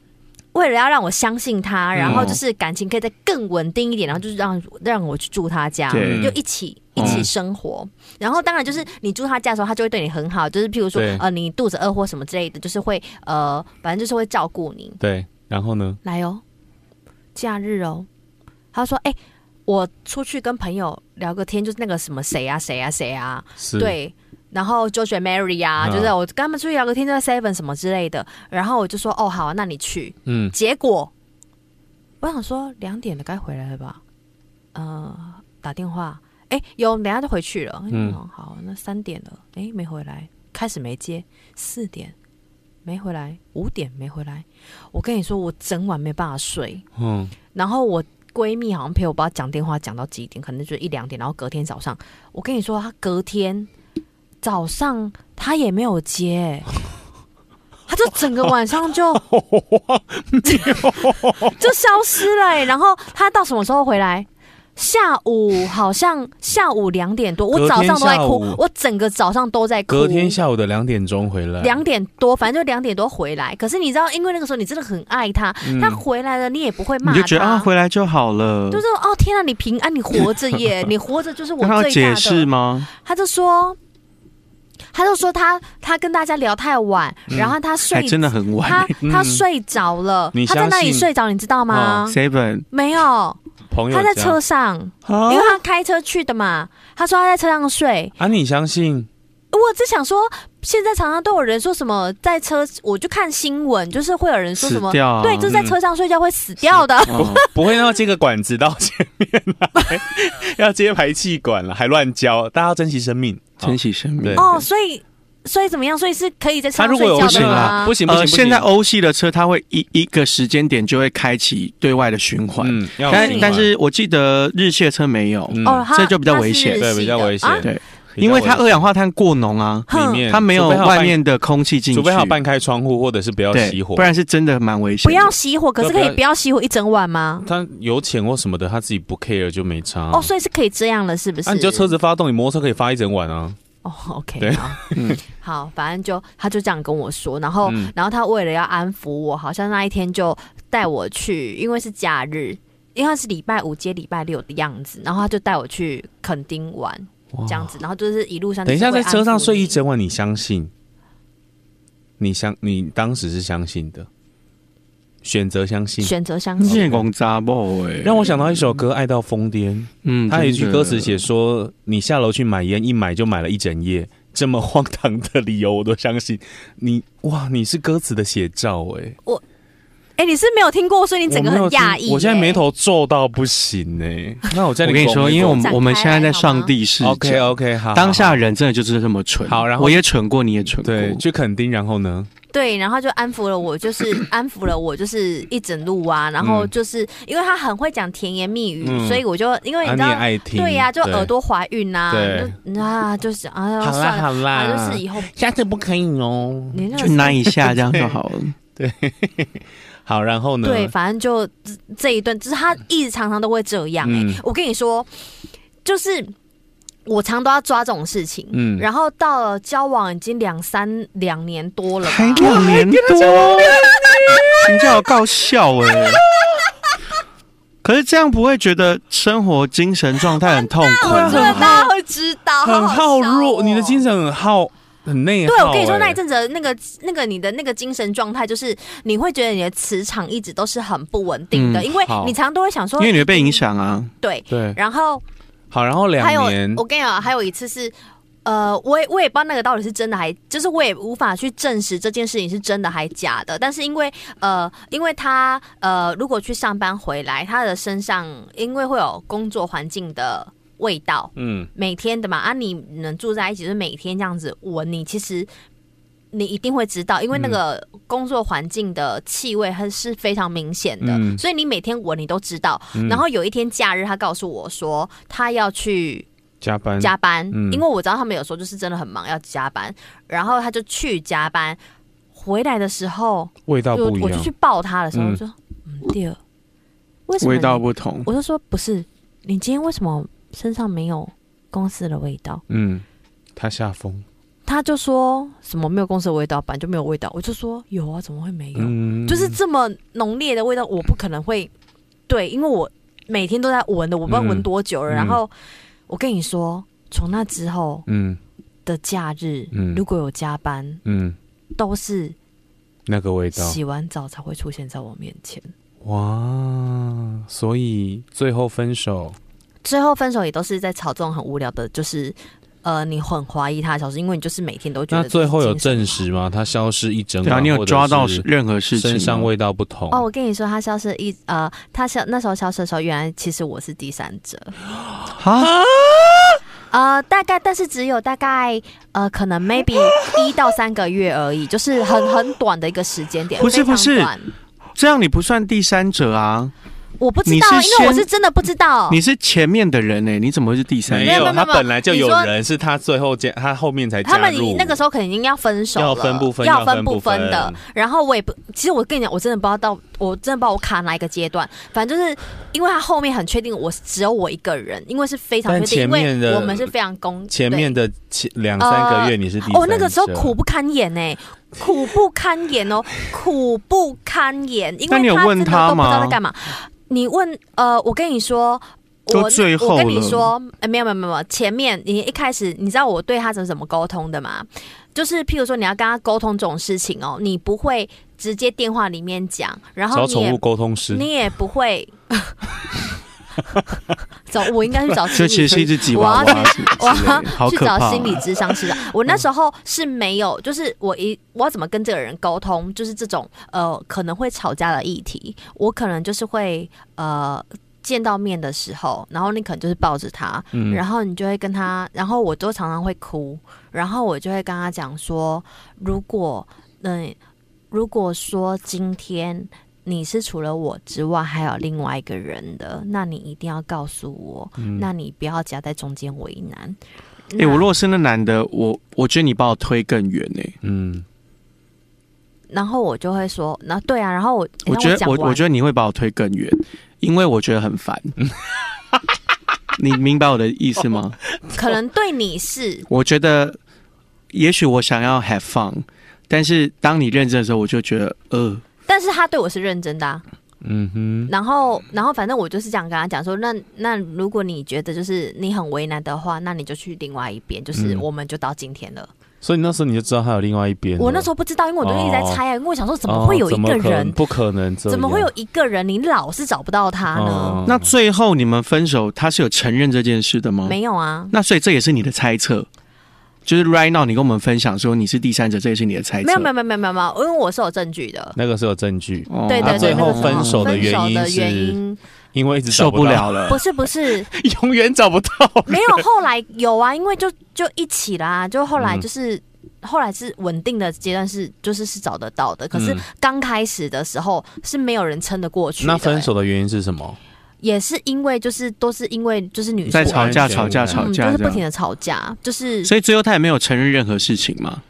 为了要让我相信他，然后嗯就是感情可以再更稳定一点，然后就是让让我去住他家，对嗯就一起。一起生活，然后当然就是你住他家的时候，他就会对你很好，就是譬如说对呃你肚子饿或什么之类的，就是会呃反正就是会照顾你。对，然后呢？来哦，假日哦，他说哎、我出去跟朋友聊个天，就是那个什么谁啊谁啊谁啊，是，对，然后 George and Mary 啊，啊就是我跟他们出去聊个天，就在 Seven 什么之类的，然后我就说哦好、啊，那你去。嗯，结果我想说两点了该回来了吧，呃，打电话，哎有，等一下就回去了。嗯嗯，好，那三点了，哎没回来，开始没接，四点没回来，五点没回来，我跟你说我整晚没办法睡，嗯，然后我闺蜜好像陪我爸讲电话讲到几点，可能就一两点，然后隔天早上，我跟你说，她隔天早上她也没有接、她就整个晚上 *laughs* 就就消失了、欸。然后她到什么时候回来？下午好像下午两点多，我隔早天上都在下哭午，我整个早上都在哭。隔天下午的两点钟回来，两点多，反正就两点多回来。可是你知道，因为那个时候你真的很爱她，嗯她回来了你也不会骂你她，就觉得啊，回来就好了。就是哦，天啊，你平安，你活着耶， *laughs* 你活着就是我那他要最大解的。释吗？他就说，他就说他他跟大家聊太晚，嗯然后他还睡，真的很晚欸他。他睡着了你，他在那相里信哦睡着，你知道吗？ Seven 没有，朋友他在家哦车上，啊因为他开车去的嘛。他说他在车上睡，啊，你相信？我只想说，现在常常都有人说什么在车，我就看新闻，就是会有人说什死么。掉啊，对，就是在嗯车上睡觉会死掉的。哦 *laughs* 不会要接个管子到前面来，要接排气管了，还乱教，大家要珍惜生命。好珍惜生命对。哦，所以所以怎么样？所以是可以在车他上如睡果有觉啊不行的啦吗？不行不行，呃，不行现在欧系的车，它会一一个时间点就会开启对外的循环，嗯，要但有循情但怀是我记得日系的车没有，嗯哦，它这就比较危险它是日对比系较的危险啊，对因为它二氧化碳过浓啊，里面它没有除非它外半面的空气进去，除非他有半开窗户，或者是不要对熄火不。然是真的蛮危险的。不要熄火，可是可对以不要不要熄火一整晚吗？他有钱或什么的，他自己不 care 就没差。哦，所以是可以这样了，是不是？那嗯啊你就车子发动，你摩托车可以发一整晚啊。哦，OK，对好，嗯好，反正就他就这样跟我说，然后嗯然后他为了要安抚我，好像那一天就带我去，因为是假日。因为他是礼拜五接礼拜六的样子，然后他就带我去垦丁玩这样子，然后就是一路上等一下就是在会车上安抚睡一你整晚，你相信？你相你当时是相信的，选择相信。选择相你信眼光扎爆哎，让我想到一首歌《爱到疯癫》，嗯他有一句歌词，真的写说：“你下楼去买烟，一买就买了一整夜。”这么荒唐的理由我都相信。你哇，你是歌词的写照哎、哎、你是没有听过，所以你整个我很没有听讶异耶。哎我现在眉头皱到不行哎、那我在我跟你说，因为我们展开我们现在在来好吗上帝视角 OK OK 好，当下人真的就是这么蠢。好然后我也蠢过，你也蠢过。对去垦丁，然后呢？对，然后就安抚了我， *coughs* 就是安抚了我，就是一整路啊。然后就是、因为他很会讲甜言蜜语，嗯所以我就因为你啊，知你道，也爱听，对呀、就耳朵怀孕呐、对你就啊，就是啊，好啦算了，好啊，啦，就是以后下次不可以哦。你那就个拿一下这样就好了。好，然后呢？对，反正就这这一顿，就是他一直常常都会这样、欸。嗯我跟你说，就是我常都要抓这种事情。嗯，然后到了交往已经两三两年多了吧，还两年多，请假好搞笑哎、可是这样不会觉得生活精神状态很痛苦我真的吗？大家会知道，很好耗笑哦弱，你的精。神很耗，很内耗、对，我跟你说，那一哎阵子那个那个你的那个精神状态，就是你会觉得你的磁场一直都是很不稳定的，嗯因为好你常常都会想说因，为你会被影响啊。对。对，然后好，然后还有哦两年，我跟你讲，还有一次是，呃，我也我也不知道那个到底是真的还，就是我也无法去证实这件事情是真的还假的。但是因为呃，因为他呃，如果去上班回来，他的身上因为会有工作环境的味道，嗯，每天的嘛，啊，你能住在一起，就是每天这样子闻，你其实你一定会知道，因为那个嗯工作环境的气味它是非常明显的，嗯所以你每天闻你都知道。然后有一天假日，他告诉我说他要去加班加班，嗯因为我知道他们有时候就是真的很忙要加班，然后他就去加班，回来的时候，味道就不一我就样去，抱他的时候嗯就，嗯，第二，为什么味道你不同。我就说不是，你今天为什么身上没有公司的味道？嗯，他下风，他就说什么没有公司的味道，本来就没有味道。我就说有啊，怎么会没有？嗯，就是这么浓烈的味道，我不可能会对，因为我每天都在闻的，我不知道嗯闻多久了。嗯然后我跟你说，从那之后嗯的假日，嗯如果有加班，嗯都是那个味道，洗完澡才会出现在我面前。哇，所以最后分手，最后分手也都是在吵这种很无聊的，就是呃，你很怀疑他的消失，因为你就是每天都觉那得最后有这是精神证实吗？他消失一整对啊，晚，你有或者抓到是任何事情吗身上味道不同哦，我跟你说，他消失一呃，他消那时候消失的时候，原来其实我是第三者。啊？呃，大概但是只有大概呃，可能 maybe 一到三个月而已，就是很很短的一个时间点。不是非常不是短这样你不算第三者啊，我不知你道，是因为我先是真的不知道。你是前面的人呢、欸你怎么会是第三没没有者？有，没有他没有本来就有你说人，是他最后加，他后面才加他们入。已那个时候肯定要分手了，要分不分要要分分不不分分的。然后我也不，其实我跟你讲，我真的不知道到，我真的不知道我卡哪一个阶段。反正就是因为他后面很确定我只有我一个人，因为是非常但确定，因前为面的我们是非常公前对面的前两三个月你是第三者哦，那个时候苦不堪言呢、苦不堪言哦，苦不堪言，因那为你有他问真的他都不知道吗在干嘛。你问呃，我跟你说。都我最后我跟你了说，呃、没有没有没有，没有前面你一开始你知道我对他怎么怎么沟通的吗？就是譬如说你要跟他沟通这种事情哦，你不会直接电话里面讲，然后找你宠物也沟通师，你也不会 *laughs* 找我应该去找这心理其实是一只吉娃我要娃之去类我要的，好去可怕、啊找心理咨商 *laughs* 师的。啊我那时候是没有，就是我一我要怎么跟这个人沟通，就是这种呃可能会吵架的议题，我可能就是会呃。见到面的时候，然后你可能就是抱着他，嗯然后你就会跟他，然后我都常常会哭，然后我就会跟他讲说，如果嗯、如果说今天你是除了我之外还有另外一个人的，那你一定要告诉我，那你不要夹在中间为难。哎、我那如果是那男的，我我觉得你把我推更远欸呢、嗯，然后我就会说，那对啊，然后我我觉得我我觉得得你会把我推更远，因为我觉得很 *laughs* 烦。你明白我的意思吗？ *laughs* 可能对你是我觉得，也许我想要 have fun，但是当你认真的时候，我就觉得，呃，但是他对我是认真的、啊。嗯哼，然后，然后反正我就是这样跟他讲说，那那如果你觉得就是你很为难的话，那你就去另外一边，就是嗯我们就到今天了。所以那时候你就知道他有另外一边了。我那时候不知道，因为我都一直在哦猜啊，因为我想说怎怎么会有一个么可人能，不可能这样，怎么会有啊一个人你老是找不到他呢？哦那最后你们分手，他是有承认这件事的吗？没有啊，那所以这也是你的猜测，就是 right now 你跟我们分享说你是第三者，这也是你的猜测。没有没有没有没有没有没有，因为我是有证据的。那个是有证据，哦对那对对，最那个后时候分手的分原因是原因因为一直找受不到，了了，不是不是 *laughs* 永远找不到。没有，后来有啊，因为就就一起啦，就后来嗯就是。后来是稳定的阶段是，就是是找得到的。可是嗯刚开始的时候是没有人撑得过去的、那分欸手的原因是什么？也是因为就是都是因为就是女在生吵架不安全吵架感吵嗯，架就是这不停样。的吵架，就是所以最后他也没有承认任何事情嘛。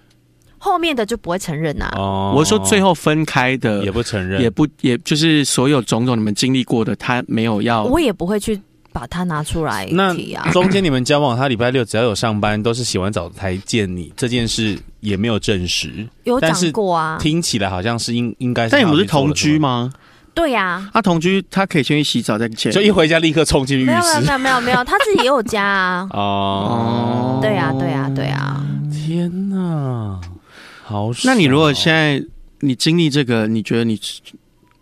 后面的就不会承认啊。哦我说最后分开的也不承认，也不也就是所有种种你们经历过的，他没有要我也不会去把它拿出来哦那提啊。中间你们交往，他礼拜六只要有上班，都是洗完澡才见你，这件事也没有证实。有但讲是过啊，听起来好像是应应该是，但你们不是同居？吗？对啊呀、他同居，他可以先去洗澡再见。就一回家立刻冲进浴没有没有室。没有没有没有，他自己也有家啊 *laughs* 哦，对呀、对呀、啊对呀、天哪，好爽哦！那你如果现在你经历这个，你觉得你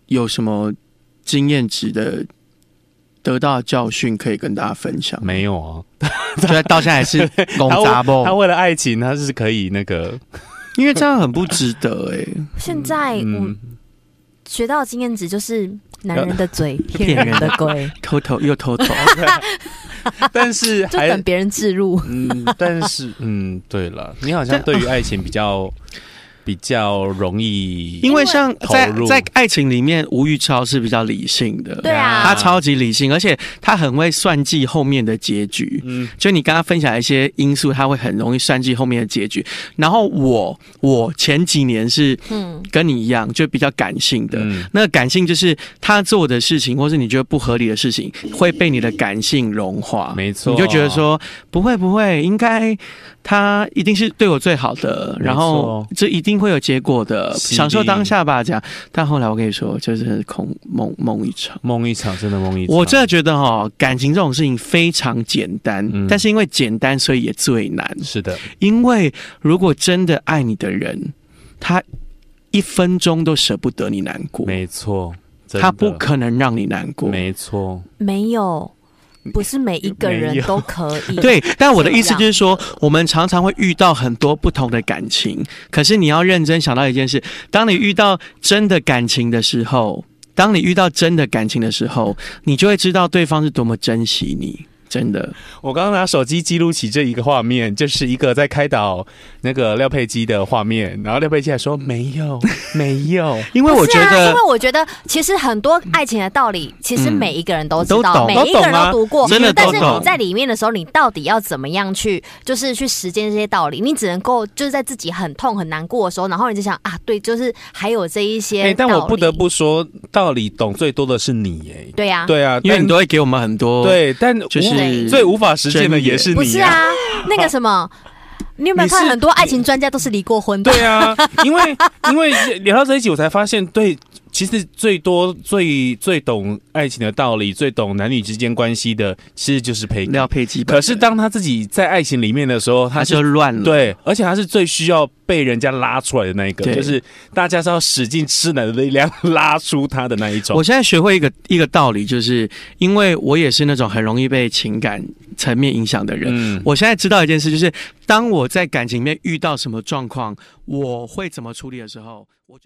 有什么经验值的得到的教训可以跟大家分享？没有啊，就到现在还是公他杂为他不？为了爱情，他是可以那个， *laughs* 因为这样很不值得哎、现在我嗯，学到的经验值就是男人的 *laughs* 嘴 *laughs* 骗人的鬼，偷偷又偷偷，但是 *laughs* 就还等别人置入。 *laughs* 嗯，但是嗯，对了，你好像对于爱情比较比较容易，因为像投在入在爱情里面，吴玉超是比较理性的，对啊他超级理性，而且他很会算计后面的结局。嗯就你刚刚分享一些因素，他会很容易算计后面的结局。然后我我前几年是嗯，跟你一样，就比较感性的。嗯那感性就是他做的事情，或是你觉得不合理的事情，会被你的感性融化。没错你就觉得说不会不会，应该他一定是对我最好的，没错然后这一定会有结果的，是享受当下吧，这样。但后来我跟你说，就是空梦梦一场。梦一场，真的梦一场。我真的觉得哈、感情这种事情非常简单，嗯但是因为简单，所以也最难。是的，因为如果真的爱你的人，他一分钟都舍不得你难过，没错，真的他不可能让你难过。没错，没有，不是每一个没人有都可 *laughs* 以。对，但我的意思就是说，我们常常会遇到很多不同的感情，可是你要认真想到一件事：当你遇到真的感情的时候，当你遇到真的感情的时候，你就会知道对方是多么珍惜你。真的，我刚刚拿手机记录起这一个画面，就是一个在开导那个廖佩基的画面，然后廖佩基还说没 *laughs* 有，没有，因为我不是觉啊得因为我觉得其实很多爱情的道理，其实嗯每一个人都知都道，懂每一个人都懂啊都读过，真的但都是懂你在里面的时候，你到底要怎么样去，就是去实践这些道理？你只能够就是在自己很痛很难过的时候，然后你就想啊，对，就是还有这一些、哎、但我不得，不说，道理懂最多的是你，哎、对呀、对啊，因为但你都会给我们很多，，对，但就无是最无法实践的也是不你是啊，那个什么，你有没有你是看很多爱情专家都是离过婚的？对啊，因为因为聊到这一集，我才发现，对，其实最多最最懂爱情的道理，最懂男女之间关系的，其实就是培廖佩基本可人。是当他自己在爱情里面的时候，他他是就乱了，，对，而且他是最需要被人家拉出来的那一个，对就是大家是要使尽吃奶的力量 *laughs* 拉出他的那一种我。现在学会一个一个道理，就是因为我也是那种很容易被情感层面影响的人。嗯，我现在知道一件事，就是当我在感情里面遇到什么状况，我会怎么处理的时候，我就。